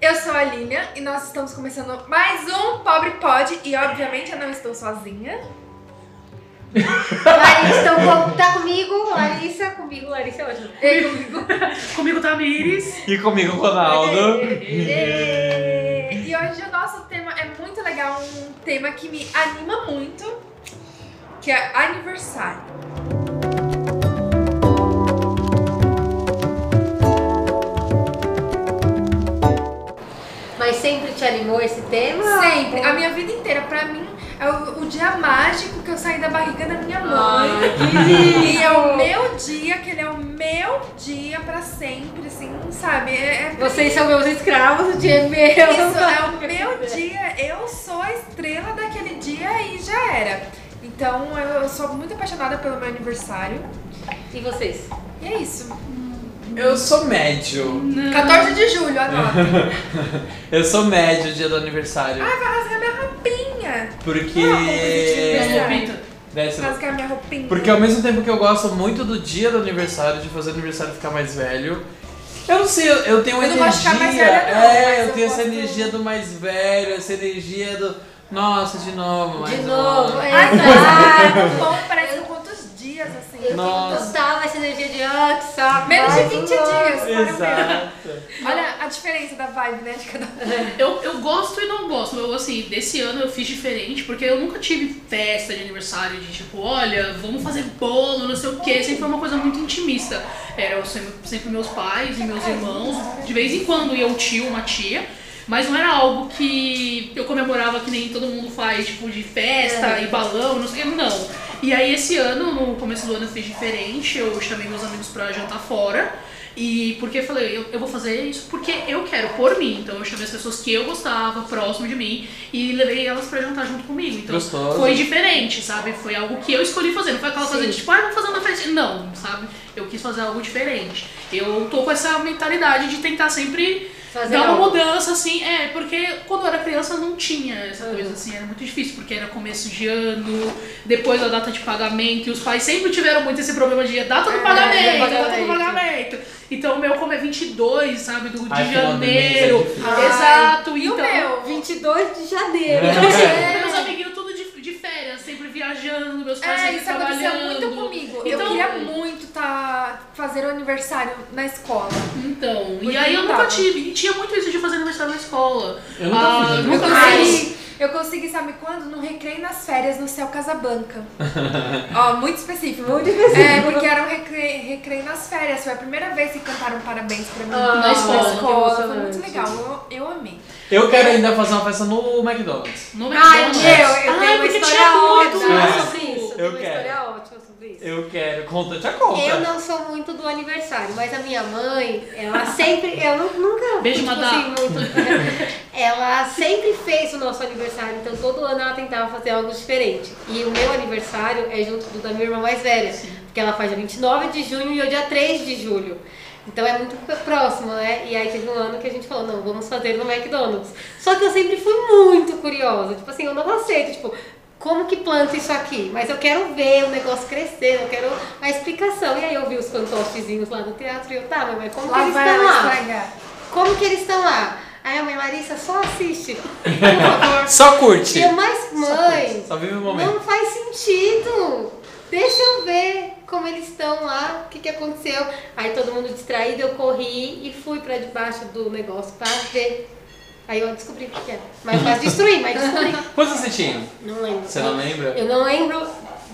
Eu sou a Aline e nós estamos começando mais um Pobre Pod e obviamente eu não estou sozinha. Larissa então, com- tá comigo, Larissa, comigo, Larissa é ótimo. E comigo. Comigo tá a Miris. E comigo, Ronaldo. E hoje o nosso tema é muito legal, um tema que me anima muito, que é aniversário. Mas sempre te animou esse tema? Sempre, a minha vida inteira, pra mim, é o, o dia mágico que eu saí da barriga da minha mãe. Ai, E é o meu dia, que ele é o meu dia pra sempre, assim, sabe? É- é Vocês são meus escravos, o dia é meu. Isso é o meu dia, eu sou a estrela daquele dia e já era. Então eu eu sou muito apaixonada pelo meu aniversário. E vocês? E é isso. Eu sou médio. 14 de julho, anota. Eu sou médio dia do aniversário. Vai rasgar minha roupinha. Porque. não, Desce, não. Rasgar minha roupinha. Porque ao mesmo tempo que eu gosto muito do dia do aniversário, de fazer o aniversário ficar mais velho. Eu não sei, eu- eu tenho Eu não energia. gosto de ficar mais velha, não, mas é, eu eu tenho essa gosto- energia do mais velho, essa energia do. Nossa, de novo, mais de um novo, ano. é. Ai, tá. bom, parece não quantos dias, assim. Eu Nossa. gostava essa energia de ah, que saco. Menos de vai, 20 vamos lá. dias. Exato. Olha a diferença da vibe, né, de cada um. Eu, eu gosto e não gosto. Eu, assim, desse ano eu fiz diferente, porque eu nunca tive festa de aniversário de tipo, olha, vamos fazer bolo, não sei o quê. Sempre foi uma coisa muito intimista. Era sempre, sempre meus pais e meus irmãos, de vez em quando ia um tio, uma tia. Mas não era algo que eu comemorava que nem todo mundo faz, tipo, de festa e balão, não sei o que, não. E aí esse ano, no começo do ano, eu fiz diferente, eu chamei meus amigos pra jantar fora. E porque eu falei, eu, eu vou fazer isso porque eu quero, por mim. Então eu chamei as pessoas que eu gostava, próximo de mim, e levei elas pra jantar junto comigo. Então Gostoso. foi diferente, sabe? Foi algo que eu escolhi fazer. Não foi aquela coisa Sim. de tipo, ah, vou fazer uma festa. Não, sabe? Eu quis fazer algo diferente. Eu tô com essa mentalidade de tentar sempre Fazer um dar uma algo. mudança, assim. É, porque quando eu era criança não tinha essa coisa, Uhum. assim. Era muito difícil, porque era começo de ano, depois a data de pagamento. E os pais sempre tiveram muito esse problema de data do É, pagamento, do data do pagamento. pagamento. Então o meu, como é 22, sabe? Do, de Ai, final do mês é janeiro. difícil. Ai, Exato. E o Então, meu? 22 de janeiro. então, assim, É. meus amiguinhos tudo de, de férias, sempre viajando, meus pais É, sempre isso aconteceu trabalhando. muito comigo. eu Então- queria muito tá, fazer o aniversário na escola. Então, Porque e aí eu não né? nunca dava. tive. E tinha muito isso de fazer aniversário na escola. Eu nunca Ah, fiz né? Eu nunca aniversário. fiz. consegui, eu consegui, sabe quando? No recreio nas férias no Céu Casablanca. Ó, muito específico. Muito específico. É, porque era um recreio, recreio nas férias. Foi a primeira vez que cantaram parabéns pra mim. Ah, na escola, que Foi muito emocionante. legal. Eu, eu amei. Eu quero ainda fazer uma festa no McDonald's. No Ai, McDonald's. É. meu, eu Ai, tenho uma porque história tinha muito ótima isso. sobre isso. Eu tenho uma quero. história ótima sobre isso. Eu quero. Conta, já conta. Eu não sou muito do aniversário, mas a minha mãe, ela sempre. Eu nu- nunca. Beijo, tipo Madá. assim, muito- Ela sempre fez o nosso aniversário, então todo ano ela tentava fazer algo diferente. E o meu aniversário é junto do da minha irmã mais velha, porque ela faz dia 29 de junho e eu dia 3 de julho. Então é muito próximo, né? E aí teve um ano que a gente falou, não, vamos fazer no McDonald's. Só que eu sempre fui muito curiosa. Tipo assim, eu não aceito, tipo, como que planta isso aqui? Mas eu quero ver o negócio crescer, eu quero a explicação. E aí eu vi os fantochezinhos lá do teatro e eu, tá, mas como que Lá eles vai estão ela lá? estragar. Como que eles estão lá? Aí a mãe Larissa só assiste, por favor. Só curte. E eu, mas mãe, Só vive o momento. não faz sentido. Deixa eu ver como eles estão lá, o que, que aconteceu. Aí todo mundo distraído, eu corri e fui pra debaixo do negócio pra ver. Aí eu descobri o que, que era. Mas quase destruí, mas descobri. Quantos você tinha? Não lembro. Você não lembra? Eu não lembro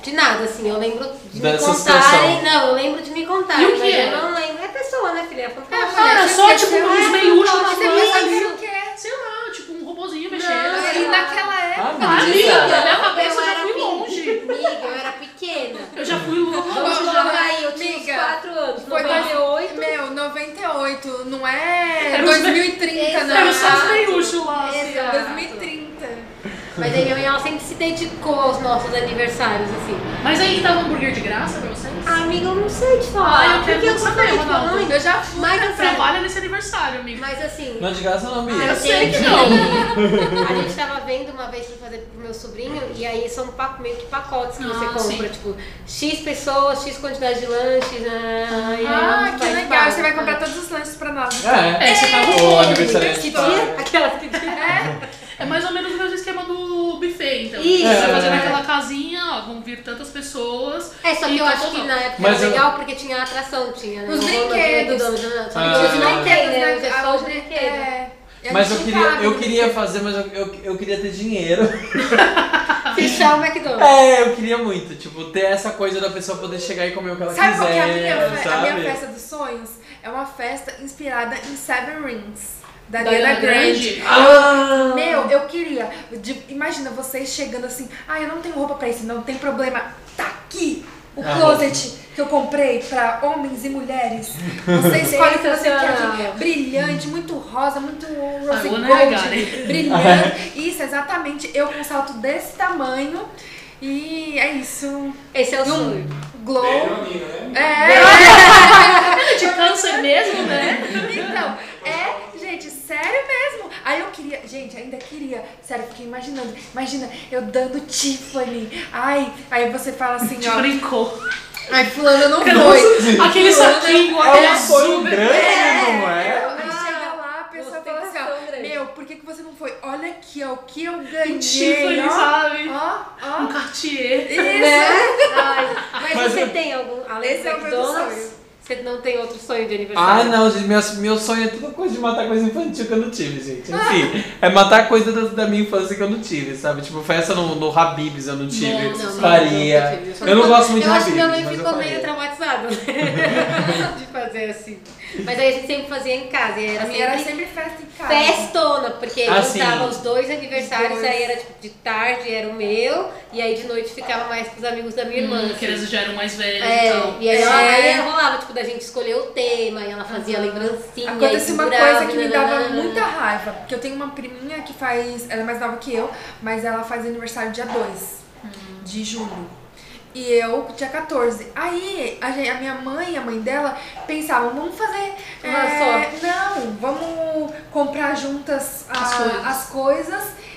de nada, assim. Eu lembro de Dessa me contarem. situação. Não, eu lembro de me contarem. E o que mas era? eu não lembro. É pessoa, né, filha? É fantasma. Ah, era Você só esqueceu, tipo uns né? meiúchos lá Você Não, vai falando. saber o que é. Sei lá, tipo um robozinho Não, mexendo. assim. E naquela época. Ah, Amiga, na minha Eu cabeça eu já era fui pequena. longe. Amiga, eu era pequena. Eu já fui longe. Vamos jogar aí, eu tinha uns Amiga, 4 anos, foi 98. Meu, 98. Não é Era os- 2030, não. Ah, Era só os meiúchos lá. assim. Exato. 2030. Mas aí minha mãe ela sempre se dedicou aos nossos aniversários, assim. Mas aí tava hambúrguer de graça pra vocês? Ah, amiga, eu não sei te falar. Ah, eu quero porque muito saber, falei, Ronaldo. mãe, Eu já fui. Mas assim, Trabalha nesse aniversário, amigo. mas assim, Não de graça não, Bia. Eu sei que Entendi. não. A gente tava vendo uma vez pra fazer pro meu sobrinho, e aí são pa- meio que pacotes que você Ah, compra, sim. tipo, X pessoas, X quantidade de lanches, ah, e aí Ah, um que faz legal. paga. Você você vai comprar todos os lanches pra nós. É, É, você tá o bom. aniversariante Que tá. dia? Aquelas que É, É mais ou menos o mesmo esquema do buffet, então. Isso. Você vai fazer É. naquela casinha, ó, vão vir tantas pessoas. É, só que E eu tá acho que bom. na época Mas era eu- legal porque tinha atração, tinha. né? Os o Ronald brinquedos. do Donald Trump. Só que Ah. hoje não tem, né? né? Hoje é Ah, só os hoje- brinquedos. é. Mas eu não queria, sabe. eu queria fazer, mas eu, eu, eu queria ter dinheiro. É. Fechar o McDonald's. É, eu queria muito, tipo, ter essa coisa da pessoa poder chegar e comer o que ela Sabe quiser, qual que é a minha, fe- a sabe? minha festa dos sonhos? É uma festa inspirada em Seven Rings, da Ariana Ariana Grande. Ah! Meu, eu queria. de- imagina vocês chegando assim, ah, eu não tenho roupa pra isso, não tem problema. Tá aqui o Ah, closet que eu comprei pra homens e mulheres. Você escolhe o que você quer Sensacional. aqui. Brilhante, muito rosa, muito rose Agora gold. é legal, hein? Brilhante. Isso, exatamente. Eu com um salto desse tamanho. E é isso. Esse um é o sonho. Glow. né? É. De câncer mesmo, né? Então, é, gente, sério mesmo. Aí eu queria, gente, ainda queria, sério, fiquei imaginando. Imagina eu dando Tiffany. Ai, aí você fala assim, Te ó. brincou. Ai, fulano não foi. Aquele saquinho, aquele É um sonho azul. grande, não é? Aí chega lá, a pessoa Ah, Você tem fala assim, noção ó. grande. Meu, por que, que você não foi? Olha aqui, ó, o que eu Um Tiffany, ganhei, ó. sabe? Ó, Um ó. Cartier. Né? Isso. Ai, Mas, Mas você eu- tem algum. Além Esse do é o meu McDonald's, sonho. você não tem outro sonho de aniversário? Ah, não, gente, meu, meu sonho é toda coisa de matar coisa infantil que eu não tive, gente. Enfim, é matar coisa da, da minha infância que eu não tive, sabe? Tipo, festa no, no Habibs eu não tive, Nossa, não, faria. não, não, não, não, não. eu não gosto muito eu de acho que Habibs, minha mãe mas eu ficou meio faria. traumatizada né? de fazer assim. Mas aí a gente sempre fazia em casa. E era A minha era sempre sempre festa em casa. festona, porque Ah, juntava sim. os dois aniversários, Os dois. aí era tipo de tarde era o meu, e aí de noite ficava mais com os amigos da minha irmã. Hum, assim. que eles já eram mais velhos É, então. e aí, ela, É. aí rolava, tipo, da gente escolher o tema, e ela fazia lembrancinha. e Aconteceu uma segurava, coisa que me dava nananana. muita raiva, porque eu tenho uma priminha que faz, ela é mais nova que eu, mas ela faz aniversário dia 2 Hum. de julho. E eu dia 14. Aí a, gen- a minha mãe e a mãe dela pensavam, vamos fazer. é, Uma Não, vamos comprar juntas a- As as, coisas. coisas.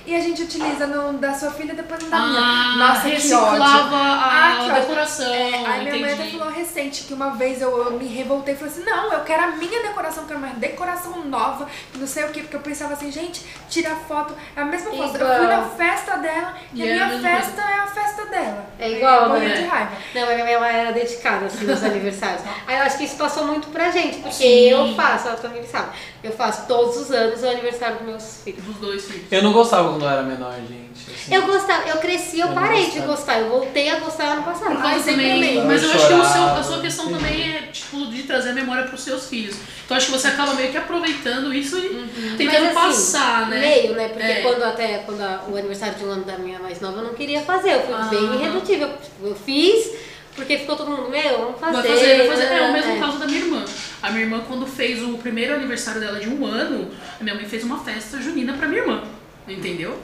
e a gente utiliza no, da sua filha depois no da minha. Ah, Nossa, que ódio. reciclava Ah, a que ódio. decoração, É, aí minha mãe até entendi. falou recente que uma vez eu, eu me revoltei e falei assim: não, eu quero a minha decoração, eu quero uma decoração nova, que não sei o que, porque eu pensava assim, gente, tira a foto, é a mesma foto. Eu fui Igual. na festa dela e, E a era a minha mesma festa é a festa dela. É igual, Morri né? de raiva. Não, mas minha mãe ela era dedicada assim, nos aniversários. Aí eu acho que isso passou muito pra gente, porque Sim. eu faço, ela também sabe. Eu faço todos os anos o aniversário dos meus filhos. Dos dois filhos. Eu não gostava quando eu era menor, gente. assim. Eu gostava, eu cresci, eu Eu não parei de gostava. gostar. Eu voltei a gostar ano passado. Mas, Então, também, amei. mas eu Eu acho que o chorava, seu, a sua questão entendi. também é tipo de trazer a memória pros seus filhos. Então acho que você acaba meio que aproveitando isso e Uhum. Mas, assim, tentando passar, né? Meio, né? Porque É. quando até quando a- o aniversário de um ano da minha mais nova eu não queria fazer. Eu fui Ah. bem irredutível. Tipo, eu fiz, porque ficou todo mundo, meu, vamos fazer. Vai fazer, vai fazer. É o mesmo É. caso da minha irmã. A minha irmã, quando fez o primeiro aniversário dela de um ano, a minha mãe fez uma festa junina pra minha irmã. Entendeu?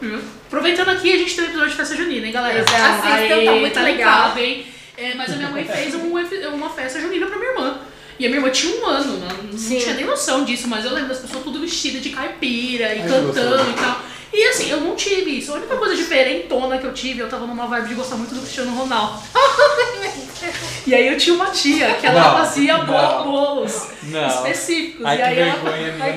Aproveitando aqui, a gente tem um episódio de festa junina, hein, galera? Exato. Assistam, tá muito legal. legal, hein? É, mas a minha mãe fez um efe- uma festa junina pra minha irmã. E a minha irmã tinha um ano, né? não Sim. tinha nem noção disso, mas eu lembro das pessoas tudo vestidas de caipira e Ai, cantando gostoso. e tal. E assim, eu não tive isso. A única coisa diferentona que eu tive, eu tava numa vibe de gostar muito do Cristiano Ronaldo. E aí eu tinha uma tia que ela Não, fazia não. bo- bolos Não. específicos. Ai, e que aí ela. vergonha minha.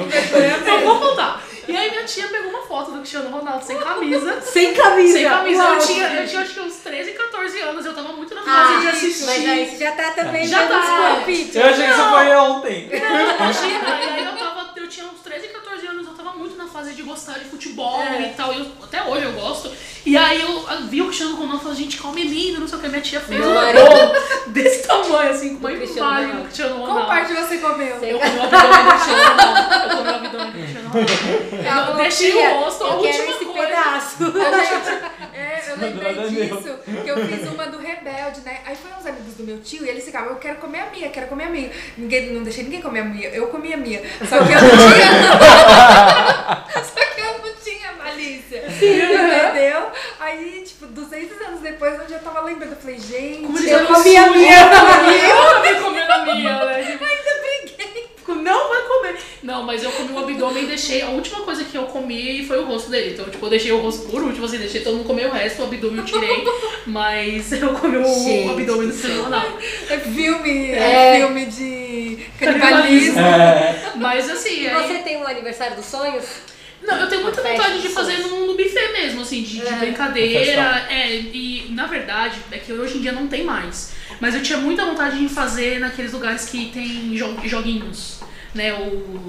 não- Eu vou contar. E aí minha tia pegou uma foto do Cristiano Ronaldo sem camisa. Sem camisa. Sem camisa. Uau. Eu tinha, eu tinha acho que uns 13, 14 anos. Eu tava muito na fase Ah, de mas aí assistir. você já tá também Já dando tá. os palpites. Eu achei que isso foi ontem. Imagina, e aí eu tava, eu tinha uns 13, 14 anos, eu tava muito na fase de gostar de futebol É. e tal, e eu- até hoje eu gosto. E aí eu ah, vi o Cristiano Ronaldo e falei, gente, calma menino, não sei o que, minha tia fez Meu um marido. bolo desse tamanho, assim, com uma Do Cristiano Ronaldo. imagem do Cristiano Ronaldo. Qual parte você comeu? Sei. Eu comi o abdômen do Cristiano Ronaldo. Eu comi o abdômen do Cristiano Ela Ronaldo. Eu falou, deixei "Tia, o rosto, a eu quero última esse coisa. pedaço. É, eu lembrei Nada meu. disso, que eu fiz uma do Rebelde, né? Aí foram os amigos do meu tio e eles ficavam, eu quero comer a minha, quero comer a minha. Ninguém, não deixei ninguém comer a minha, eu comi a minha. Só que eu não tinha. Só que eu não tinha malícia. né? Entendeu? Aí, tipo, 200 anos depois eu já tava lembrando. Eu falei, gente, é um Como eles eu eram comi a sujos. minha. né? Eu também comi a minha, né? Ainda briguei. Não vai comer. Não, mas eu comi o abdômen e deixei. A última coisa que eu comi foi o rosto dele. Então, tipo, eu deixei o rosto por último, assim, deixei todo mundo comer o resto, o abdômen eu tirei. Mas eu comi o Gente abdômen do Cristiano Ronaldo. É filme, é, É. filme de Canibalismo. É, Mas assim, E aí- você tem um aniversário dos sonhos? Não, eu tenho muita Festa vontade de dos fazer num, num buffet mesmo, assim, de, de É. Festão. brincadeira. É, e na verdade, é que hoje em dia não tem mais. Mas eu tinha muita vontade de fazer naqueles lugares que tem jo- joguinhos, né?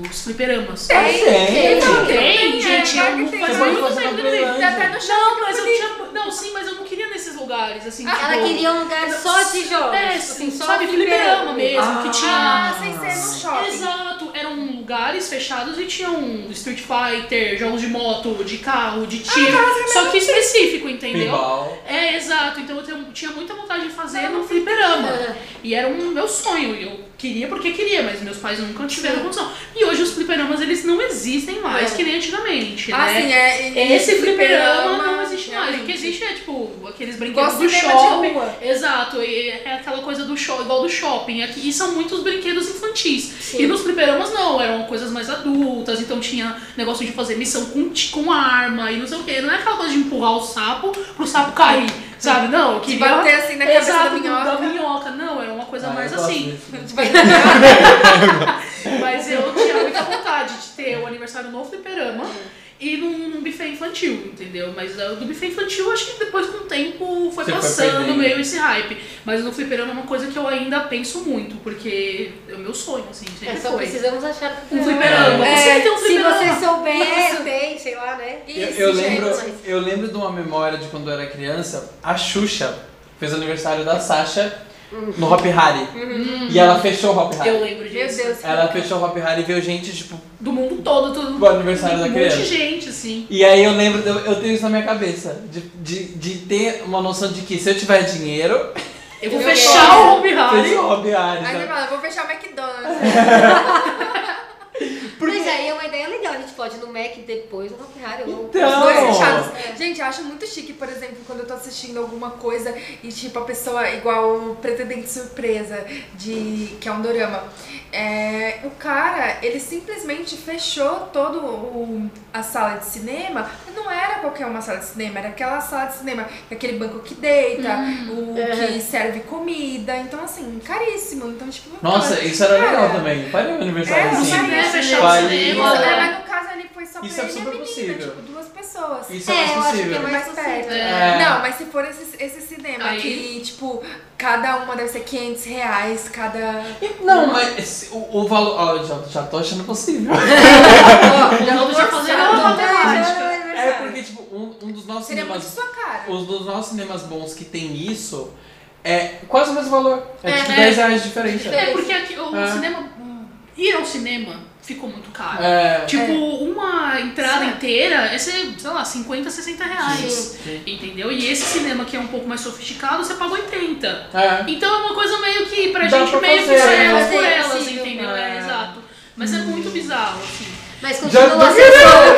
Os fliperamas. Tá Tem, É, Tem, Não, Tem, gente, claro eu que faz Você tem. pode muito fazer tempo na que eu não vi. Tá até Groenlândia. no chão. Não, mas eu tinha. Não, sim, mas eu não queria nesses lugares, assim. Ela tipo- queria um lugar só de jogos. É, assim, só sabe, de fliperama mesmo, Ah. que Ah, tinha. sem ser no shopping. Exato, eram lugares fechados e tinham Street Fighter, jogos de moto, de carro, Ah, de tiro, só que específico, entendeu? Pinball. É, exato. Então eu tenho- tinha muita vontade de fazer Não, num fliperama. É. E era um meu sonho. e Eu queria porque queria, mas meus pais nunca tiveram condição. E hoje os fliperamas, eles não existem mais É. que nem antigamente, Ah, né? sim, é. e- Esse fliperama fliperama, não existe mais. O que realmente. existe é, tipo, aqueles brinquedos Gosto do de cinema shopping. de rua. Exato, e é aquela coisa do show, igual do shopping. Aqui, e são muitos brinquedos infantis. Sim. E nos fliperamas não, eram coisas mais adultas, então tinha negócio de fazer missão com, ti- com arma e não sei o quê. Não é aquela coisa de empurrar o sapo pro sapo cair, sabe? Não, que De bater assim na cabeça da Exato, minhoca. da minhoca. Não, era uma coisa Ah, eu mais gosto assim. desse. Mas eu tinha muita vontade de ter o aniversário no fliperama e num, num buffet infantil, entendeu? Mas ah, do buffet infantil, acho que depois com o tempo foi Você foi passando perdendo. meio esse hype. Mas no fliperama é uma coisa que eu ainda penso muito, porque é o meu sonho, assim, sempre É, só foi. precisamos achar Um fliperama. É, Você tem um Se fliperama. você souber, Isso. tem, sei lá, né? Eu, Isso, eu lembro, gente. gente. eu lembro de uma memória de quando eu era criança, a Xuxa fez o aniversário da Sasha no Hop Hari. E ela fechou o Hop Uhum. Eu Hari. lembro Meu disso. Deus. Ela fechou o Hop Hari e veio gente, tipo, Do mundo todo, todo pro aniversário da um monte de criança. gente, assim. E aí eu lembro, eu, eu tenho isso na minha cabeça, de, de, de ter uma noção de que se eu tiver dinheiro, Eu vou Eu fechar lembro. o Hobby fez Hari. o Hop Hari. Aí sabe? você fala, eu vou fechar o McDonald's. Mas aí é uma ideia legal, a gente pode ir no Mac depois, no Hopi Hari. ou- Os dois Não. fechados. É. Gente, eu acho muito chique, por exemplo, quando eu tô assistindo alguma coisa e, tipo, a pessoa, igual o Pretendente Surpresa, de, que é um dorama. É, o cara, ele simplesmente fechou todo o, a sala de cinema. Não era qualquer uma sala de cinema, era aquela sala de cinema, aquele banco que deita, o que serve comida. Então, assim, caríssimo. Então, tipo, Nossa, isso era Cara, legal também. Faria um aniversário É, assim. faria. né? Fechar Faria. o Isso, cinema. é, né? mas no caso ali foi só Isso pra é ele e super a menina, possível. tipo, duas pessoas. Isso É, é, eu acho que é possível. mais Mais possível. perto. É. Não, mas se for esse, esse cinema Aí- que, tipo, cada uma deve ser 500 reais, cada. E- Não, mas o, o valor. Ó, já, já tô achando possível. O Ronaldo já fazendo forçado, uma né? matemática. É porque, tipo, um, um dos nossos Seria muito cinemas. sua cara. Os dos nossos cinemas bons que tem isso é quase o mesmo valor. É, É, tipo né? 10 reais de diferença. É porque aqui, o É. cinema. hum, Ir ao cinema ficou muito caro. É. Tipo, É. uma entrada inteira é, ser, sei lá, 50, 60 reais. Sim. Entendeu? E esse cinema que é um pouco mais sofisticado, você paga 80. É. Então é uma coisa meio que pra Dá gente pra meio fazer, que né? sai elas por Fazer, elas, sim, entendeu? é. É, exato. Mas é muito bizarro, assim. Mas Já continua o dormiu? seu sonho.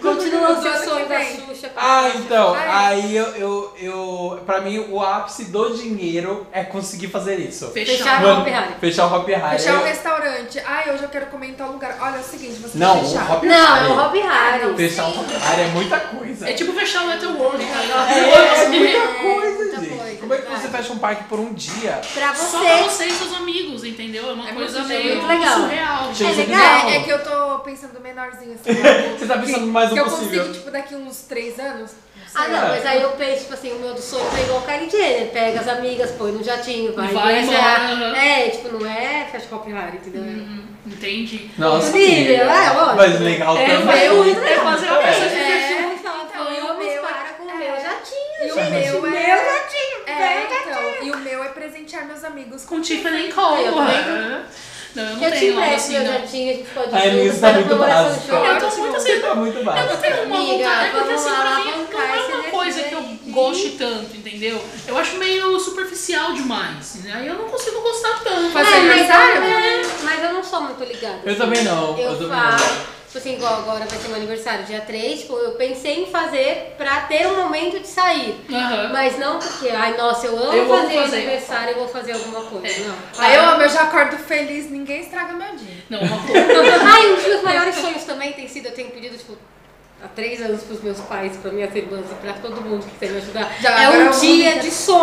Tudo que Continua o tudo seu que sonho da vem. Xuxa. Ah, então, Ah, aí eu, eu, eu. Pra mim, o ápice do dinheiro é conseguir fazer isso. Fechar Fechar. o Hopi Hari. Fechar o Hop Hari. Fechar um Eu- restaurante. Ai, hoje eu quero comer em tal lugar. Olha, é o seguinte, você Não, vai o fechar. Hop Não, é Hari. o Hopi Hari. Fechar o Hop Hari é muita coisa. É tipo fechar o Metal World, É, cara. é É, muita coisa, muita gente. coisa, Como é que você verdade. fecha um parque por um dia? Pra É Só pra você. você e seus amigos, entendeu? É uma É coisa muito meio legal. surreal. Gente, legal. bizarro. É, é que eu tô pensando menorzinho assim. né? Você tá pensando no mais que eu impossível. consigo, tipo, daqui uns 3 anos. sei lá. Ah, É. não, mas aí eu penso, tipo assim, o meu do sonho é igual o Kylie Jenner. Pega as amigas, põe no jatinho, vai, Vai viajar. embora. Uhum. É, tipo, não é fecha o Hopi Hari, entendeu? Uhum. Entendi. Nossa, Possível, que- é, lógico. Mas legal É, também. eu- é fazer uma pessoa se É, divertir. então, Então, e o vamos meu para é- com o é. meu jatinho, E o gente. meu é- Meu jatinho, É, meu jatinho. então. E o meu é presentear meus amigos Com com Tiffany Cole. Eu é. Não, eu não Eu né? te tenho nada empresto assim, meu não. é jatinho, a gente pode A ir Elisa junto tá pra muito comemoração do básica. show. Eu tô muito assim, Tá muito Eu não básico. tenho uma Amiga, vontade, é porque vamos assim, lá, pra mim vamos não é cá, uma esse coisa que eu daqui. goste tanto, entendeu? Eu acho meio superficial demais, né? Aí eu não consigo gostar tanto. Fazer É, mas aniversário? eu- é, Mas eu não sou muito ligada. Eu também não. Eu, Eu também faço, não. tipo assim, igual agora vai ter meu aniversário, dia 3, tipo, eu pensei em fazer pra ter um momento de sair. Aham. Mas não porque, ai, nossa, eu amo Eu vou fazer, esse fazer. aniversário, eu vou fazer alguma coisa, É. não. Aí Ah, eu amo, eu já acordo feliz, ninguém estraga meu dia. Não, uma coisa. ai, um dos meus maiores sonhos também tem sido, eu tenho pedido, tipo, há três anos pros meus pais, pra minhas irmãs e pra todo mundo que quer me ajudar, Já, é agora um eu vou dia me- de sono.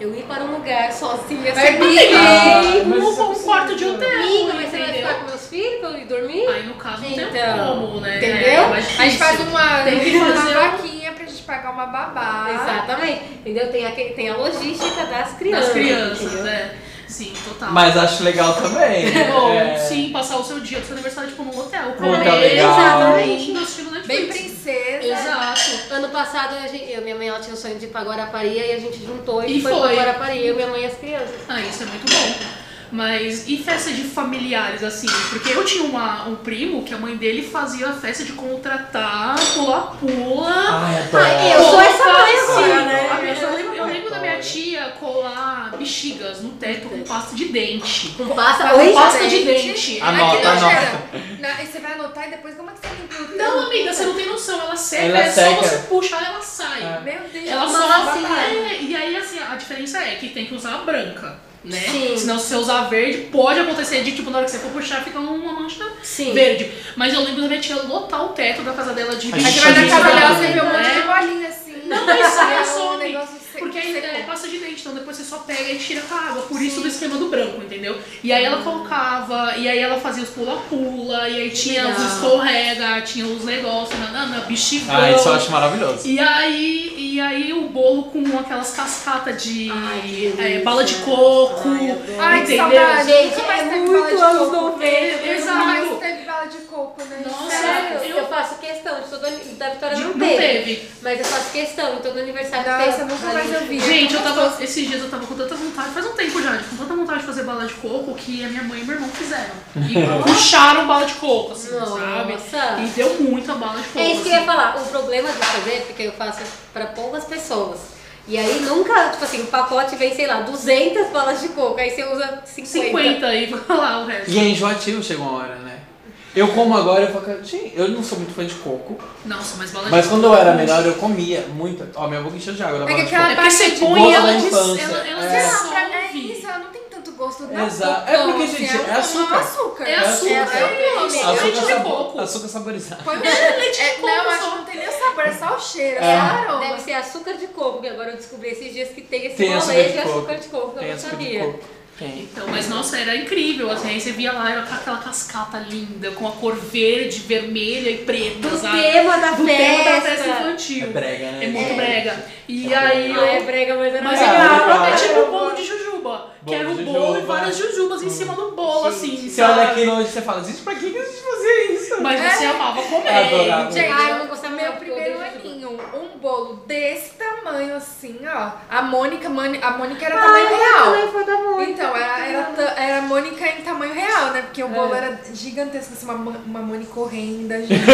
Eu ir para um lugar sozinha, Vai sozinha. Ah, mas isso é Um, um quarto de possível. hotel. Amiga, mas você vai entendeu? ficar com meus filhos pra eu ir dormir? Aí no caso não tem Então, como, né? entendeu? É mais A gente faz difícil. uma, Tem que fazer uma um- vaquinha pra gente pagar uma babá. Exatamente. Entendeu? Tem, aquele, tem a logística das crianças. das crianças, um entendeu? né? Sim, total. Mas acho legal também. Ou É. sim, passar o seu dia do seu aniversário tipo num Um hotel. hotel comer, legal. Exatamente. No estilo Netflix. Bem princesa. Exato. Ano passado, a gente, eu, minha mãe ela tinha o sonho de ir pra Guarapari e a gente juntou e, E foi, foi. pra Guarapari, eu, minha mãe e as crianças. Ah, isso é muito bom. Mas e festa de familiares, assim? Porque eu tinha uma- um primo que a mãe dele fazia festa de contratar, pula-pula. Ai, adoro. Ai, eu sou essa mãe agora, Sim, né? a minha- assim. Eu lembro, eu lembro da minha tia colar bexigas no teto com pasta de dente. Com pasta, Com oi, pasta de gente. dente. Ai, Tá Anota, que nojeira. anota. Na- e você vai anotar e depois como é que você limpa o tanto? Não, Então, amiga, você não tem noção. Ela seca, Ela é seca. só você puxar ela sai. É. Meu Deus. Ela Uma só massinha. É, e aí assim, a diferença é que tem que usar a branca, né? Sim. Senão se você usar a verde, pode acontecer de tipo, na hora que você for puxar, fica uma mancha Sim. verde. Mas eu lembro da minha tia lotar o teto da casa dela de A Aí você gente vai na fazia casa isso dela, também. você vê um monte de É. bolinha assim. Não, mas isso aí É um some. negócio seco- Porque aí seco. é pasta de dente, então depois você só pega e tira com a água. Por isso do esquema do branco, entendeu? E aí ela colocava, e aí ela fazia os pula-pula, e aí tinha os Legal. escorrega, tinha os negócios, nanana, bexigão. Ah, isso eu acho maravilhoso. E aí, e aí o bolo com aquelas cascatas de Ai, que é, delícia. bala de coco. Ai, adoro. Ai, que entendeu? saudade. Gente, Nunca mais é teve muito bala de anos coco. 90, Nunca mais exato. teve bala de coco, né? Nossa, Sério. Eu, faço questão, de todo, ani- da Vitória De- não, não teve, teve. Mas eu faço questão, em todo aniversário Nossa, tem. nunca mais eu vi. Gente, eu tava. Esses dias eu tava com tanta vontade, faz um tempo já, com tanta vontade de fazer bala de coco que a minha mãe e meu irmão fizeram. E puxaram bala de coco, assim, sabe? Nossa. E deu muita bala de coco. É isso que eu assim. ia falar. O problema de fazer, é porque eu faço pra poucas pessoas. E aí nunca, tipo assim, o pacote vem, sei lá, 200 balas de coco, aí você usa 50. 50 e assim. vai lá o resto. E é enjoativo, chega uma hora, né? Eu como agora, eu falo, cara, gente, eu não sou muito fã de coco, Nossa, mas bala de mas coco. quando eu era menor eu comia muito. Ó, minha boca encheu de água da que bola de aquela- coco. É porque você Gosto põe e da ela, des- infância. ela, ela É. se Sei lá, pra- dissolve. é isso, ela não tem tanto gosto na Exato. boca, É porque, assim, gente, ela é açúcar. É açúcar. É açúcar, É, é é o isso. creme. Açúcar. leite de sabo- coco. açúcar saborizado. Põe o leite de É, coco. não, Não, acho acho que não tem nem o sabor, é só o cheiro, é É. só o aroma. Deve ser açúcar de coco, que agora eu descobri esses dias que tem esse Tem açúcar rolê de de coco. açúcar de coco, que eu Tem não açúcar de sabia. coco. Tem. Então, mas nossa, era incrível, assim, aí você via lá, era com aquela cascata linda, com a cor verde, vermelha e preta, Do sabe? tema da Do tema da festa festa. infantil. É brega, né? É muito gente? brega. E É aí brega. Não é eu... brega, mas é Mas Ah, é legal. bravo, é tipo legal. o bolo de jujuba. Que Bolo era de um bolo e jujuba. Hum. várias jujubas em cima do bolo, assim, Você olha sabe? aquilo hoje e você fala, gente, pra que que a gente fazia isso? Mas você amava comer. Eu adorava. Gente, Ai, eu não gostava meu não, porque eu primeiro odeio aninho, um bolo desse tamanho assim, ó. A Mônica, mani- a Mônica era tamanho real. foi da Mônica. Então, era, era, ta- era a Mônica em tamanho real, né? Porque o bolo era gigantesco, assim, uma, mo- uma Mônica horrenda, gente.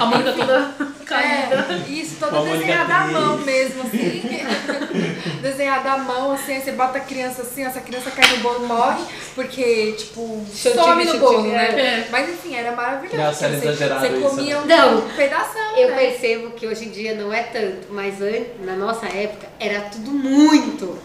A Mônica toda caída. É, isso, toda Uma Mônica desenhada à mão triste. mesmo, assim. desenhada à mão, assim, aí você bota a criança assim, ó, se a criança cai no bolo, morre, porque, tipo, Chutinho, some no chutinho, bolo, né? é. Mas enfim, era maravilhoso. Nossa, era porque você- exagerado Você isso, comia né? um Não, pedação, Eu né? percebo que hoje em dia não é tanto, mas an- na nossa época era tudo muito.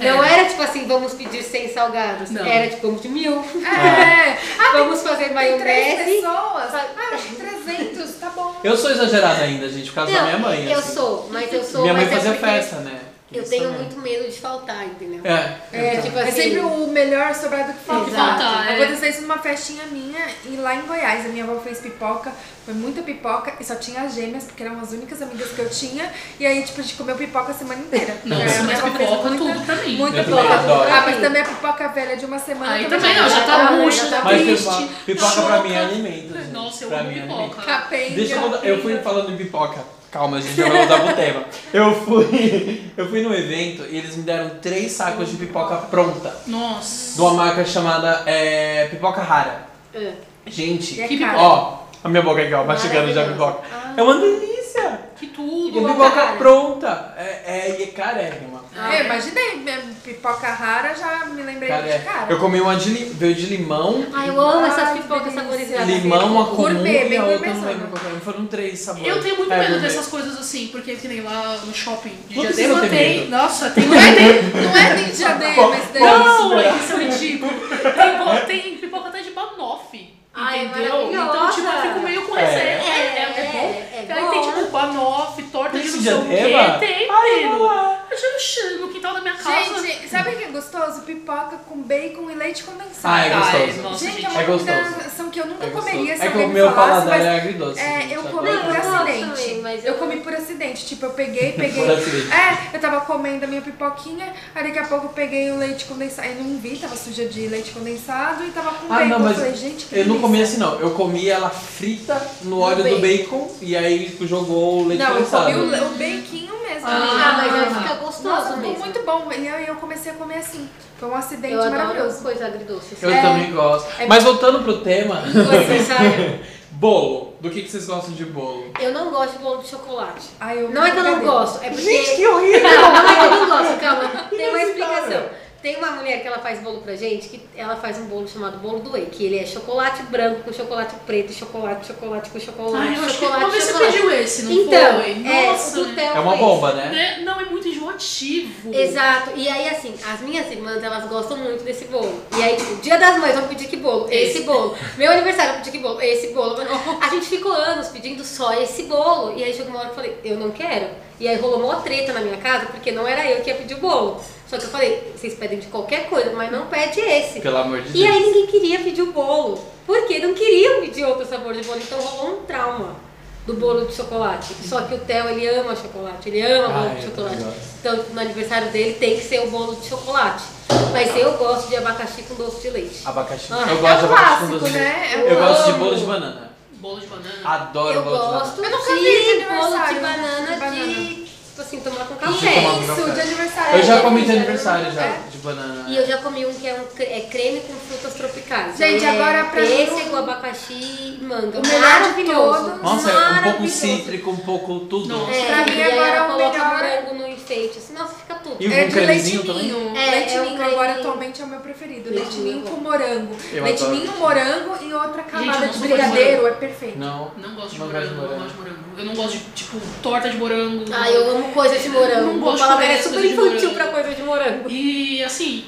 Não era tipo assim, vamos pedir 100 salgados. Não. Era tipo, vamos de mil. É. vamos fazer Tem três maionese. pessoas? Ah, acho que 300, tá bom. Eu sou exagerada ainda, gente, por causa da minha mãe. eu assim. sou, mas eu sou. Minha mãe mas é fazia porque festa, né? Eu Isso tenho também. muito medo de faltar, entendeu? É. É, então. tipo É assim. sempre o melhor sobrado que falta. Tipo, Exato. Falta, é. Aconteceu isso numa festinha minha e lá em Goiás. A minha avó fez pipoca, foi muita pipoca e só tinha as gêmeas, porque eram as únicas amigas que eu tinha. E aí, tipo, a gente comeu pipoca a semana inteira. Nossa, a minha mas avó fez pipoca muita- tudo pra mim. Muita Eu pipoca. também adoro. Ah, mas também a pipoca velha de uma semana Aí também não, já dá tá pra- murcha, É, já tá dá Mas pra- triste. pipoca, pipoca pra choca. mim é alimento, gente. Nossa, eu pra amo mim é alimento. pipoca. Capenga. Deixa eu mudar. Eu fui falando em pipoca. Calma, gente, eu vou mudar pro tema. Eu fui, eu fui num evento e eles me deram três sacos de pipoca pronta. Nossa. De uma marca chamada é, Pipoca Rara. É. Gente, E é que cara. pipoca. Ó, a minha boca aqui, ó, mastigando já a Maravilhoso. Ah. pipoca. É uma delícia. Que E tudo. pipoca, rara. pronta. É, é, e é carérrima. Ah, eu é. imaginei, minha pipoca rara já me lembrei de Caré. cara. é. Eu comi uma de, li- veio de limão, Ai, eu amo essas Ai, pipocas delícia. saborizadas. limão, uma comum Gourmet, e bem a outra não gourmetzona. lembro qual que era. Foram três sabores. Eu tenho muito É, medo gourmet. dessas coisas assim, porque que nem lá no shopping de Não precisa Diadema ter tem. medo. Nossa, tem. um Não é nem, não é nem diadema esse daí. Não, é isso é ridículo. Tem, bo- tem pipoca até de banoffee. Ai, é entendeu? maravilhosa. Então, tipo, eu fico meio com É. receio. É, É, é, é bom. é, é Aí tem, bom. tipo, banoffee, torta Tem de isso não em sei o quê. Diadema? Tem, Ai, eu vou menino. lá. Eu já no chão, no quintal da minha casa. Gente, sabe o que é gostoso? Pipoca com bacon e leite condensado. Ah, é Ai, gostoso. nossa, Gente, gente, é uma é gostoso. combinação que eu nunca É gostoso. comeria se É que alguém o me meu falasse, paladar mas- é agridoce. É, gente, eu sabe? comi Não, por eu gosto acidente. também, mas eu... eu- comi por acidente. Tipo, eu peguei, peguei. Por acidente. é, eu tava comendo a minha pipoquinha, aí daqui a pouco eu peguei o leite condensado. Aí não vi, tava suja de leite condensado e tava com Ah, bacon. não, mas eu falei, gente, que Eu não delícia. comi assim, não. Eu comi ela frita no óleo do bacon. bacon e aí tipo, jogou o leite Não, eu condensado. comi o, le- o baquinho mesmo. Ah, mas aí Ah. fica gostoso Nossa, ficou mesmo. muito bom. E aí eu comecei a comer assim. Foi um acidente eu adoro maravilhoso. coisa agridoce. Eu assim. É. também gosto. É- Mas voltando pro tema, Vocês sabem, bolo. Do que, que vocês gostam de bolo? eu não gosto de bolo de chocolate. Ai, eu Não é que eu não cadê? gosto, é porque... que horrível! Não, não é que eu não gosto, calma. Tem uma Inaceitável. explicação. Tem uma mulher que ela faz bolo pra gente, que ela faz um bolo chamado bolo do whey, que ele é chocolate branco com chocolate preto, chocolate, chocolate com chocolate, Ai, eu acho que chocolate, uma vez você chocolate. pediu esse, não então, foi? é, Nossa, do né? Theo É uma fez. bomba, né? Né? Não, é muito enjoativo. Exato. E aí, assim, as minhas irmãs, elas gostam muito desse bolo. E aí, o dia das mães, vamos pedir que bolo? Esse bolo. Meu aniversário, vamos pedir que bolo? Esse bolo. A gente ficou anos pedindo só esse bolo. E aí, chegou uma hora que eu falei, eu não quero. E aí, rolou uma treta na minha casa, porque não era eu que ia pedir o bolo. Só que eu falei, vocês pedem de qualquer coisa, mas não pede esse. Pelo amor de E Deus. aí, ninguém queria pedir o bolo. Porque não queriam pedir outro sabor de bolo. Então, rolou um trauma. Do bolo de chocolate. Só que o Theo, ele ama chocolate. Ele ama bolo Ai, de eu chocolate. também gosto. Então, no aniversário dele tem que ser o bolo de chocolate. Mas eu gosto de abacaxi com doce de leite. Abacaxi. Ah, eu É um gosto de abacaxi com clássico, doce. de leite. né? É um Eu gosto de amo. bolo de banana. Bolo de banana. Adoro eu bolo de banana. gosto Eu de nunca vi esse bolo de aniversário. né, banana De banana. de, tipo assim, tomar com De tomar café. com Isso, de aniversário. Eu já comi de É. aniversário já, É. de banana. né? E eu já comi um que é, um cre- é creme com frutas tropicais. Gente, é agora pra mim, Pêssego, abacaxi e manga. o melhor de Maravilhoso. todos. Nossa, é um pouco Maravilhoso. cítrico, um pouco tudo. Nossa. É, Pra mim, e aí agora é ela o coloca melhor. morango no enfeite. Assim, nossa, fica tudo. É E o um de leite cremezinho ninho. também? É, leite é um ninho creminho. é agora atualmente é o meu preferido. Leite leite ninho. ninho com morango. Eu leite adoro. ninho, morango e outra camada eu não de sou fã de brigadeiro. É perfeito. Não. Não gosto de Não morango, gosto de não gosto de morango. Eu não gosto de, tipo, torta de morango. Ah, eu amo coisa de Não morango. Vou gosto falar, de velho, é coisa super de infantil morango. pra coisa de morango. E, assim,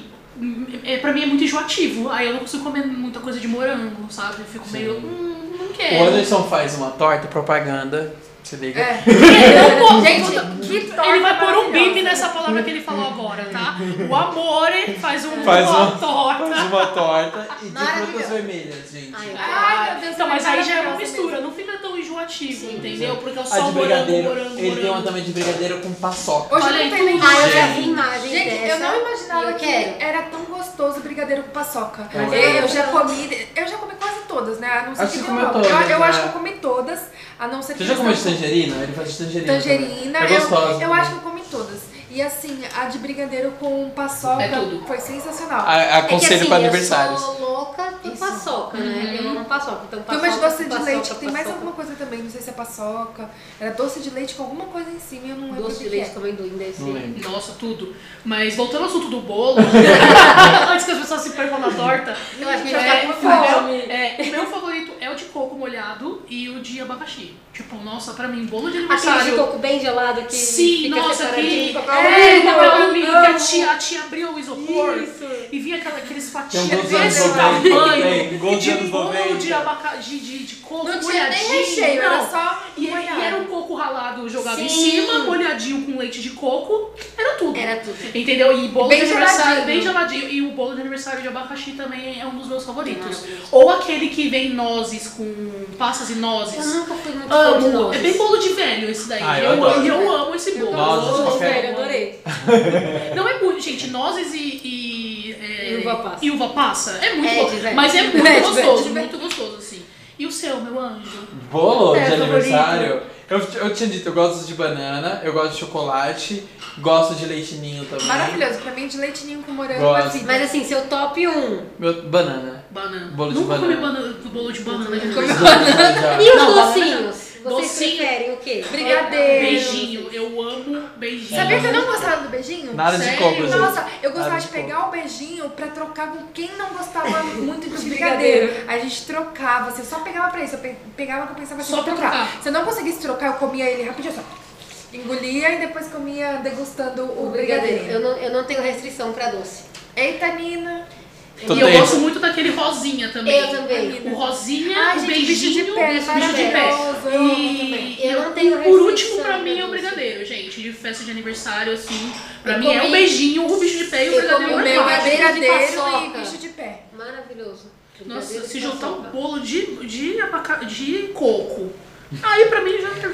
é, pra mim é muito enjoativo. Aí eu não consigo comer muita coisa de morango, sabe? Eu fico Sim. meio, hum, não O quero. Anderson faz uma torta propaganda. Se liga. É. Gente, que torta Ele vai pôr um bip maravilhosa. né? nessa palavra que ele falou agora, tá? O Amore faz, um, Faz uma um- torta. Faz uma torta e de frutas Maravilhoso. vermelhas, gente. Ai, Ai, meu Deus, então, mas aí já é uma maravilhosa mistura, não fica tão enjoativo, entendeu? Porque é A só Ah, de morango, brigadeiro. morango, ele tem uma morango. também de brigadeiro com paçoca. Hoje Olha não aí, tem leite tudo. Ah, eu já ninho. Gente. vi imagem Gente, eu dessa. não imaginava Eu que quero. era tão gostoso brigadeiro com paçoca. Eu Eu, amo. eu já comi, eu já comi quase todas, né? A não ser Acho que que tenha comeu uma. Eu, todas, eu né? acho que eu comi todas, a não ser que Você já tenha comeu de tangerina? Ele faz de tangerina. Tangerina, também. É eu, gostosa. eu acho que eu comi todas. E assim, a de brigadeiro com paçoca É tudo. foi sensacional. A- Aconselho é que, assim, pra aniversários. Eu sou louca por Isso. Uhum. paçoca, né? Eu amo paçoca. Então, Tem paçoca, uma de doce de paçoca, leite, que tem mais paçoca. alguma coisa também, não sei se é paçoca. Era doce de leite com alguma coisa em cima, eu não lembro o Doce que de que leite né, é. com amendoim deve Não ser. lembro. Nossa, tudo. Mas voltando ao assunto do bolo, antes que as pessoas se percam na torta, Eu acho que É, já tá com o meu- fome. é, o meu favorito é o de coco molhado e o de abacaxi. Tipo, nossa, pra mim, bolo de Aquele de aniversário. coco bem gelado que Sim, fica nossa, separadinho que. com a palma. É, um Ai, com a Ah, eu palminha, que a amo. tia, a tia abriu o isopor tipo Isso. e vinha aquela, aqueles Tem um fatias gol dos anos desse 90. tamanho. tem Gol dos de anos bolo 90. de abacaxi, de, de coco Não tinha nem molhadinho. recheio, era não. só E, e molhado. era um coco ralado jogado em Sim. cima, molhadinho com leite de coco, era tudo. Era tudo. Entendeu? E bolo Bem de aniversário, geladinho. bem geladinho. E o bolo de aniversário de abacaxi também é um dos meus favoritos. Maravilhoso. Ou aquele que vem nozes com passas e Ah, Eu nozes. nunca fui muito fã de Amo. É bem nozes. bolo de velho esse daí. Ah, eu eu, adoro. eu amo esse bolo. Nozes, Nossa, qualquer- velho, adorei. Não é muito, gente. Nozes e. E, é, E uva passa. e uva passa. É muito É, de bom. velho. Mas é muito É, de gostoso, velho. muito gostoso, assim. E o seu, meu anjo? Bolo É, de favorito. aniversário. Eu, eu tinha dito, eu gosto de banana, eu gosto de chocolate, gosto de leite ninho também. Maravilhoso, pra mim de leite ninho com morango Gosto. é vida. Mas assim, seu top 1. Meu, banana. Banana. Bolo de Nunca comi banana. banana- bolo de banana. de Os aniversário. dois né, já. E os Não, banana não. docinhos? Vocês Docinho. preferem o quê? Brigadeiro. Beijinho. Eu amo beijinho. Sabia que eu não gostava do beijinho? Nada de Sério? coco, gente. Nossa, eu gostava Nada de de coco. pegar o beijinho pra trocar com quem não gostava muito de brigadeiro. Aí a gente trocava, assim, eu só pegava pra isso, eu pe- pegava que eu pensava que eu Só ia pra assim, trocar. trocar. Se eu não conseguisse trocar, eu comia ele rapidinho, só engolia e depois comia degustando o, O brigadeiro. brigadeiro. Eu não, eu não tenho restrição pra doce. Eita, Nina! Tô e eu dentro. gosto muito daquele rosinha também. Eu também. O rosinha, Ai, o gente, beijinho, vestido de pé, vestido de pé. maravilhoso, eu amo também. E, e Eu não tenho por último, restrição pra mim, pra é o isso. brigadeiro, gente. De festa de aniversário, assim. Pra Eu mim é comi- o beijinho, o bicho de pé e o eu brigadeiro comi O na meu Eu é parte. gosto de brigadeiro e paçoca. bicho de pé. Maravilhoso. Nossa, Brigadeiro se de juntar um paçoca. bolo de, de, abaca- de coco. Aí pra mim já perdeu É.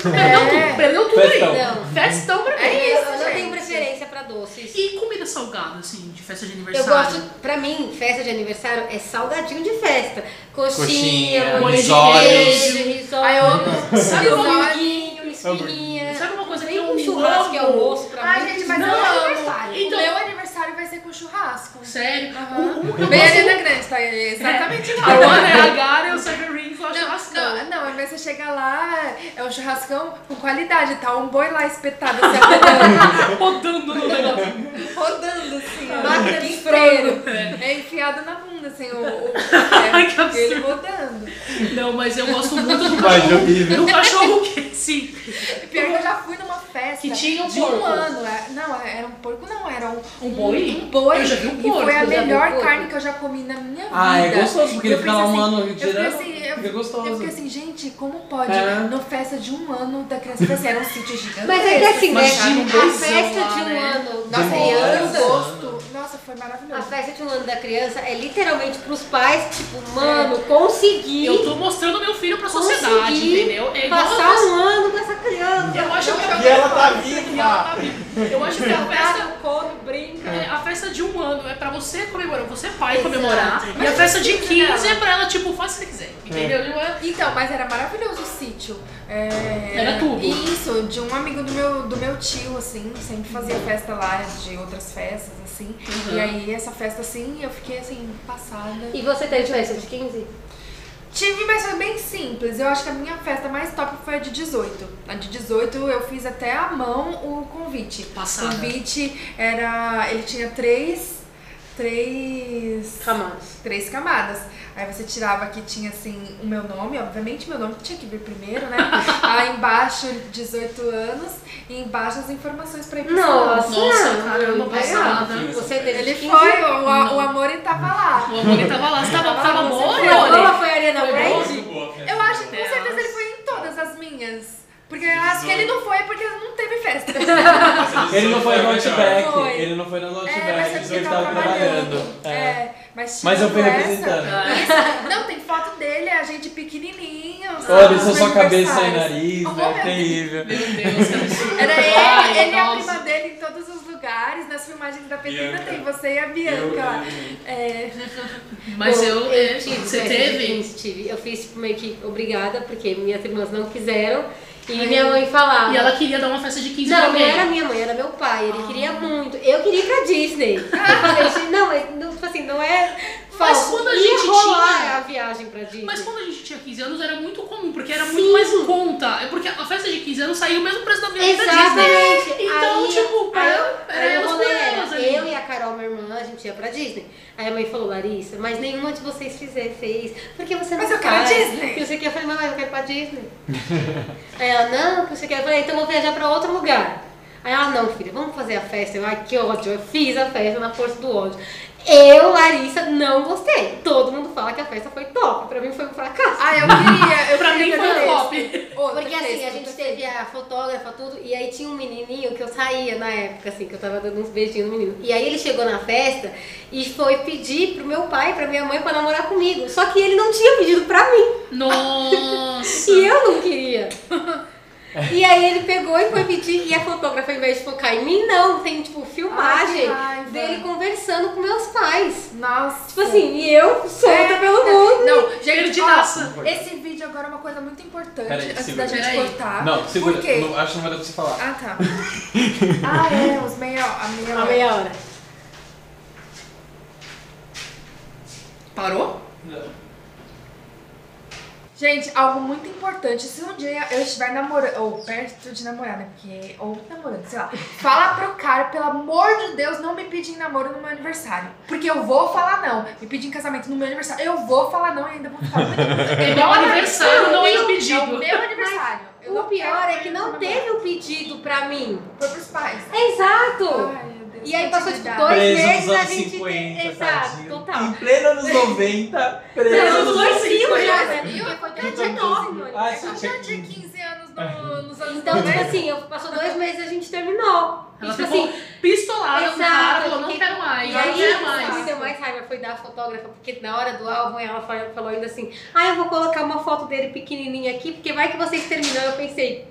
tudo. Perdeu tudo aí. Festão. Não. Festão pra mim. É eu isso, eu não tenho gente. preferência pra doces. E comida salgada, assim, de festa de Eu aniversário. gosto, pra mim, festa de aniversário é salgadinho de festa. Coxinha, Coxinha, molho de risoles. queijo, um risole. Ai, eu amo. Sabe um uma- Amiguinho, espinha. Sabe uma coisa que Nem eu um churrasco é amo? almoço pra Ai, mim. gente, mas não eu é amo. aniversário. O Então, meu aniversário vai ser com churrasco. Sério? Aham. O- o- Bem Ariana Grande, tá? É Exatamente A igual. Ana é a Gara e o Cyber Rings lá Não, é- churrascão. não, mas você chega lá, é um churrascão com qualidade, tá? Um boi lá espetado, assim, rodando, Rodando Tá no negócio. rodando, assim, ó. Máquina de Inteiro. frango. É enfiado na bunda, assim, o, o Ai, é, que absurdo. ele rodando. Não, mas eu gosto muito do Mas é cachorro. horrível. Do cachorro é assim. quente. Pior que eu já fui numa festa Que tinha um de porco. um ano. é, Não, era um porco, não, era um, Um boi? Um boi. Eu já vi um E porco, foi a eu já vi um melhor porco. carne que eu já comi na minha vida. Ah, é gostoso, porque Eu ele fica lá pensei um assim, ano Eu fiquei girando. assim, eu, Fica eu gostoso. fiquei assim, gente, como pode? É. Na festa de um ano da criança, Tipo assim, era um sítio gigante. Mas é que assim, né? Imagina A um beijão festa lá, de um né? ano da Demora. criança. um gosto. Nossa, foi A maravilhoso. festa de um ano da criança é literalmente pros pais, tipo, mano, consegui Eu tô mostrando meu filho pra sociedade, Consegui entendeu? É igual passar a festa- um ano com essa criança. Eu acho que a- E ela tá E ela viva! tá viva. Eu acho que a Tá. festa... come, brinca. é, a festa de um ano é pra você comemorar, você pai Exato. comemorar. E a Mas festa de isso, 15 é dela. pra ela, tipo, faz o que você quiser. Entendeu? Não é- Então, mas era maravilhoso o sítio. É, Era tudo. Isso, de um amigo do meu, do meu tio, assim, sempre fazia festa lá de outras festas, assim. Uhum. E aí, essa festa, assim, eu fiquei, assim, passada. E você teve festa de 15? Tive, mas foi bem simples. Eu acho que a minha festa mais top foi a de 18. A de 18 eu fiz até à mão o convite. Passada. O convite era. Ele tinha três. Três. Jamais. Três camadas. Aí você tirava que tinha assim o meu nome, obviamente meu nome tinha que vir primeiro, né? Aí embaixo 18 anos e embaixo as informações pra ir pro salão. Nossa, Nossa, caramba, legal. passada. Você teve Ele de 15? foi, o, o, o amor ele tava lá. O amor tava lá. Você tava, tava Você bom, foi Amore? Ela foi a Ariana Foi Grande? bom? Eu acho que com Delas. certeza ele foi em todas as minhas. Porque eu acho que ele não foi porque não teve festa. Ele não foi no Outback. Foi. Ele não foi no É, mas é Outback, porque porque ele eu tava trabalhando. É. É, mas, Mas eu fui tirando representando. essa- Não, tem foto dele, a gente pequenininho. Olha, sabe, isso é os só cabeça e aniversários. nariz, né? Olha. Terrível. Meu Deus, que absurdo. Era Ai, ele, ele e a nossa. prima dele em todos os lugares. Nas filmagens da Petrina Bianca. tem você e a Bianca Eu- lá. eu- É, Mas eu, é, tive você festa de teve? 15, tive. Eu fiz tipo, meio que obrigada, porque minhas irmãs não quiseram. E Ai. minha mãe falava. E ela queria dar uma festa de 15 pra Não, não alguém. era minha mãe, era meu pai. Ele queria muito. Eu queria ir pra Disney. Eu falei, assim, não, mas não, tipo assim, não é falso. quando a Ia gente rolar tinha- a viagem pra Disney. Mas quando a gente tinha 15 anos era muito comum, porque era Sim. muito mais em conta. É porque a festa de 15 anos saiu o mesmo preço da viagem da Disney. Exatamente. Então, Aí- tipo, aí era, eu- era aí o elas por rolê era, elas ali. Eu e a Carol, minha irmã, a gente ia pra Disney. Aí a mãe falou, Larissa, mas nenhuma de vocês fizer, fez. Porque você não Mas eu quero a faz. Disney. Que você quer? Eu falei, mamãe, eu quero ir pra Disney. aí ela, não, que você quer. Eu falei, então eu vou viajar pra outro lugar. Aí ela, não, filha, vamos fazer a festa. Eu, ai, que ódio. Eu fiz a festa na força do ódio. Eu, Larissa, não gostei. Todo mundo fala que a festa foi top. Pra mim foi um fracasso. Ah, eu queria. Eu Pra queria mim ter foi feito. top. Outra Porque assim, a festa, gente outra teve a fotógrafa, tudo, e aí tinha um menininho que eu saía na época, assim, que eu tava dando uns beijinhos no menino. E aí ele chegou na festa e foi pedir pro meu pai, pra minha mãe, pra namorar comigo. Só que ele não tinha pedido pra mim, Nossa. e eu não queria. E aí ele pegou e foi pedir, e a fotógrafa, ao invés de focar em mim, não, tem, tipo, filmagem Ai, que raiva. dele conversando com meus pais. Nossa. Tipo assim, e eu solta É, pelo é. mundo. Não, Cheiro de ó, taça. Esse vídeo agora é uma coisa muito importante Peraí, antes segura. da gente Peraí. cortar. Não, segura. Tá. Por quê? Não, acho que não vai dar pra você falar. Ah, tá. Ah, é, os meia, a meia Uma meia hora. Parou? Gente, algo muito importante. Se um dia eu estiver namorando, ou perto de namorar, né? Porque, ou namorando, sei lá. Fala pro cara, pelo amor de Deus, não me pedir em namoro no meu aniversário. Porque eu vou falar não. Me pedir em casamento no meu aniversário. Eu vou falar não e ainda vou falar. É É meu aniversário, não é É o impedido. meu aniversário. Eu O não pior quero é que não namorar. teve o pedido pra mim. Foi pros pais. Exato! Ai, meu Deus. E aí passou tipo Atividade. dois Preso meses nos a anos gente. 50, Exato, tadinho. total. Em pleno anos 90, Preso nos preso. dois filmes já, né? né? Porque foi pra Então, dia 9, mano. Ah, Eu sim. já tinha 15 anos É. no- nos anos assim, Então, tipo 90. assim, eu- passou dois meses e a gente terminou. E, Ela tipo ficou assim, pistolada com o cara, exato, falou, não porque- quero mais, e não aí, quero o que me mais. deu mais raiva foi da fotógrafa, porque na hora do álbum ela fa- falou ainda assim: ah, eu vou colocar uma foto dele pequenininha aqui, porque vai que vocês terminam. Eu pensei,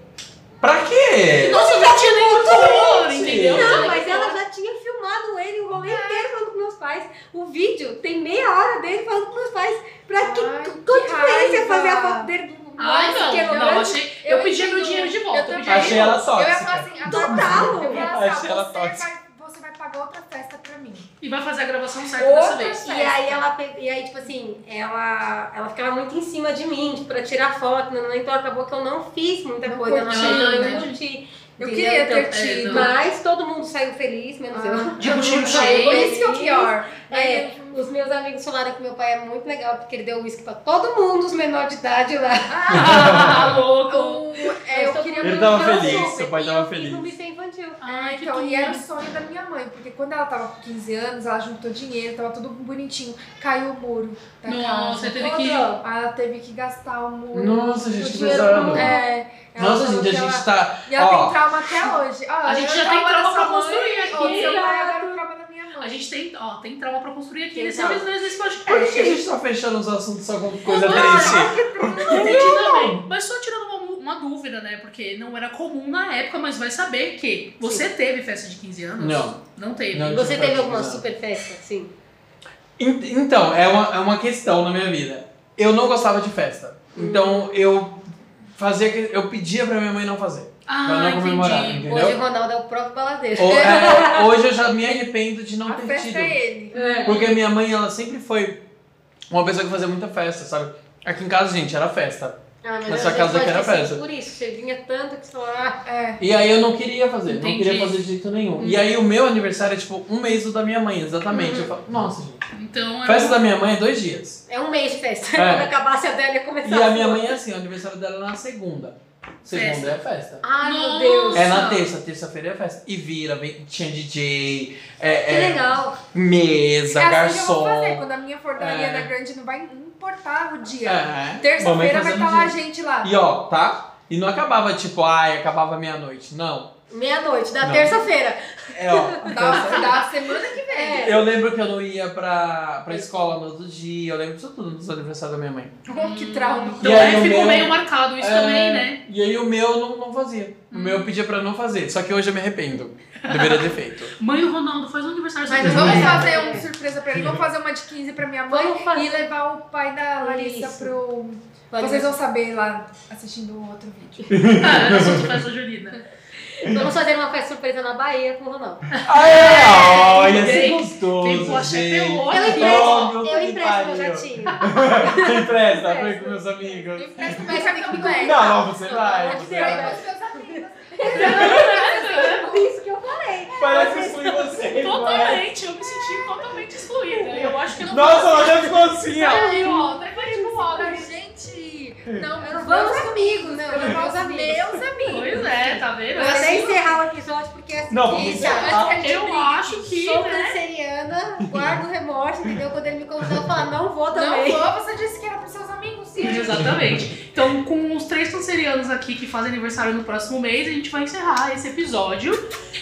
Pra quê? Nossa, eu não tinha nem cor, gente. entendeu? Não, Tinha não, nem mas cor. ela já tinha filmado ele o rolê inteiro falando com meus pais. O vídeo tem meia hora dele falando com meus pais. Pra que. Ai, Qual que diferença raiva. fazer a foto dele do é Ai, não, que não, eu grande. achei. Eu, pedi entendo. meu dinheiro de volta. Eu É, Eu pedi também. meu Achei dinheiro ela de volta. Eu ia tóxica. falar assim, Total. agora- Eu ia falar assim, Achei ó, ela você, tóxica. vai, você vai pagar outra festa pra mim. E vai fazer a gravação certa Outra dessa vez. E aí ela pe- e aí, tipo assim, ela, ela ficava muito em cima de mim, tipo, pra tirar foto, né? então acabou que eu não fiz muita Não coisa, não curti, achei, eu né? não curti. Eu entendeu? queria ter Então, é, tido. não. Mas todo mundo saiu feliz, menos eu. Ah, Digo, tipo, Aí, Por cheio. isso que é o pior. É, os meus amigos falaram que meu pai é muito legal, porque ele deu uísque pra todo mundo, os menores de idade lá. Ah, louco. O- é, eu queria Ele muito tava que ela feliz, soubesse. seu pai E tava eu fiz feliz. um buffet infantil. Ai, Ah, que Então, e lindo. era o sonho da minha mãe, porque quando ela tava com 15 anos, ela juntou dinheiro, tava tudo bonitinho. Caiu o muro da Nossa, casa. teve Todo. que. Aí ela teve que gastar o muro. Nossa, gente, O que dinheiro bizarro. do muro. É, ela Nossa, falou gente, a que gente ela- tá. E ela Ó. tem trauma até hoje. Ó, A gente eu já trauma tem trauma da pra sua mãe, construir aqui. ou do seu pai, agora é o trauma da minha mãe. A gente tem, ó, tem trauma pra construir aqui Tem nesse trauma. mesmo nesse Por que que a podcast. gente tá fechando os assuntos só com coisa Nossa. triste? Também. Mas só tirando uma, uma dúvida, né? Porque não era comum na época, mas vai saber que você teve festa de 15 anos? Não. Não teve. Não. Você teve alguma super festa, assim? sim? En- Então, é uma, é uma questão na minha vida. Eu não gostava de festa. Então eu fazia que. Eu pedia pra minha mãe não fazer. Pra Ah, não comemorar, entendi. Hoje entendeu? o Ronaldo é o próprio baladeiro. Ou- é, hoje eu já me arrependo de não A ter festa tido. é ele. Porque minha mãe, ela sempre foi uma pessoa que fazia muita festa, sabe? Aqui em casa, gente, era festa. Ah, mas Na eu sua já casa pode que era ter sido festa. Por isso, você vinha tanto que você falava, ah, É. E aí eu não queria fazer, não Entendi. queria fazer de jeito nenhum. Uhum. E aí o meu aniversário é tipo um mês do da minha mãe, exatamente. Eu falo, nossa, gente. Então Uhum. era. Festa da minha mãe é dois dias. é um mês de festa. É. Quando acabasse a dela, ia começar E a sua. minha mãe é assim, o aniversário dela é na segunda. Segunda é festa. Ai, meu Nossa. Deus. É na terça, terça-feira é festa. E vira, vem, tinha DJ, é, Que é, legal. mesa, É assim que eu vou garçom. fazer. Quando a minha for da É. Ariana Grande, não vai importar o dia. É. Mamãe Terça-feira vai fazendo estar lá a dia. gente lá. E ó, tá? E não acabava tipo, ai, acabava meia-noite. Não. Meia-noite, da Não. terça-feira. É, ó. Da, da semana que vem. É. Eu lembro que eu não ia pra, pra escola no outro dia, eu lembro disso tudo nos aniversários da minha mãe. Oh, que trauma. Então E aí é, o ficou meu- meio marcado isso É, também, né? E aí o meu não, não fazia. O meu eu pedia pra não fazer, só que hoje eu me arrependo. Deveria ter feito. Mãe do Ronaldo faz um aniversário Mas surpresa. vamos fazer uma surpresa pra ele. Vamos fazer uma de 15 pra minha mãe Vamos fazer. e levar o pai da Larissa Isso. pro. Vamos- Vocês vão saber lá assistindo o outro vídeo. Ah, eu sou de festa junina. Vamos fazer uma festa surpresa na Bahia com o Ronaldo. Ai, Ah, é? olha, Quem- ser quem gostoso, gosta é gente. pelo Eu Olha, Não, empresto, eu meu empresto que meu pariu. jatinho. Quem presta? Eu Foi empresto. com meus amigos. Mas começa a me conhece. Não, você vai. Pode Você ser, vai. mas- Por isso que eu falei. Parece que fui você. mas- Totalmente, eu me senti totalmente excluída. Eu acho que eu não Nossa, olha ficou assim, ó. Aí, ó, até que tipo, ó, né? Gente, não, eu não vou Vamos comigo, não. Eu vou Meus com amigos. meus amigos. Pois é, tá vendo? Eu É até assim, encerrar o episódio porque assim. Não, é vamos já- encerrar. eu acho que. é Sou né? canceriana, guardo remorso, entendeu? Quando ele me convidou, eu falo, não vou Não também. vou, você disse que era pros seus amigos, sim. é. Exatamente. Então, com os três cancerianos aqui que fazem aniversário no próximo mês, a gente vai encerrar esse episódio.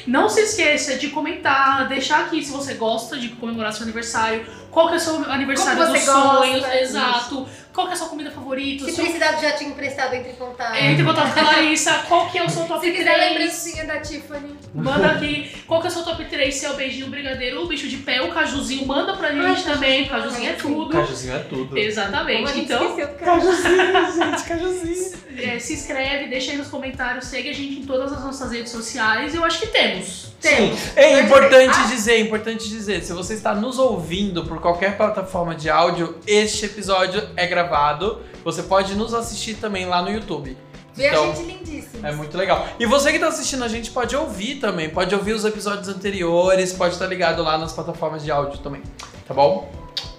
Não se esqueça de comentar, deixar aqui se você gosta de comemorar seu aniversário, qual que é o seu aniversário Como você dos sonhos, gosta, exato, qual que é a sua comida favorita, Se seu... precisar do jatinho emprestado, entre em contato. entre em contato com a Larissa, qual que é o seu top Se 3, quiser lembrancinha da Tiffany. manda aqui, qual que é o seu top 3, se é o beijinho, o brigadeiro, o bicho de pé, o cajuzinho, manda pra gente também, cajuzinho é tudo. Cajuzinho é tudo. Como a Exatamente, gente então... esqueceu do cara. Cajuzinho, gente, cajuzinho. É, se inscreve, deixa aí nos comentários, segue a gente em todas as nossas redes sociais. Eu acho que temos. Sim. É importante Ah. dizer, é importante dizer, se você está nos ouvindo por qualquer plataforma de áudio, este episódio é gravado. Você pode nos assistir também lá no YouTube. Vê Então, a gente lindíssima. é muito legal. E você que está assistindo a gente pode ouvir também, pode ouvir os episódios anteriores, pode estar ligado lá nas plataformas de áudio também. Tá bom?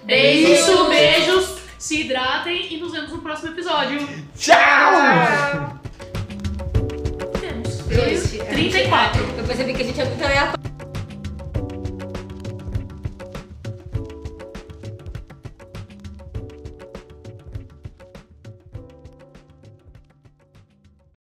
É Beijos. isso, beijos, se hidratem e nos vemos no próximo episódio. Tchau! Tchau. Temos. Gente, a gente- 34. Eu percebi que a gente é muito aleatório.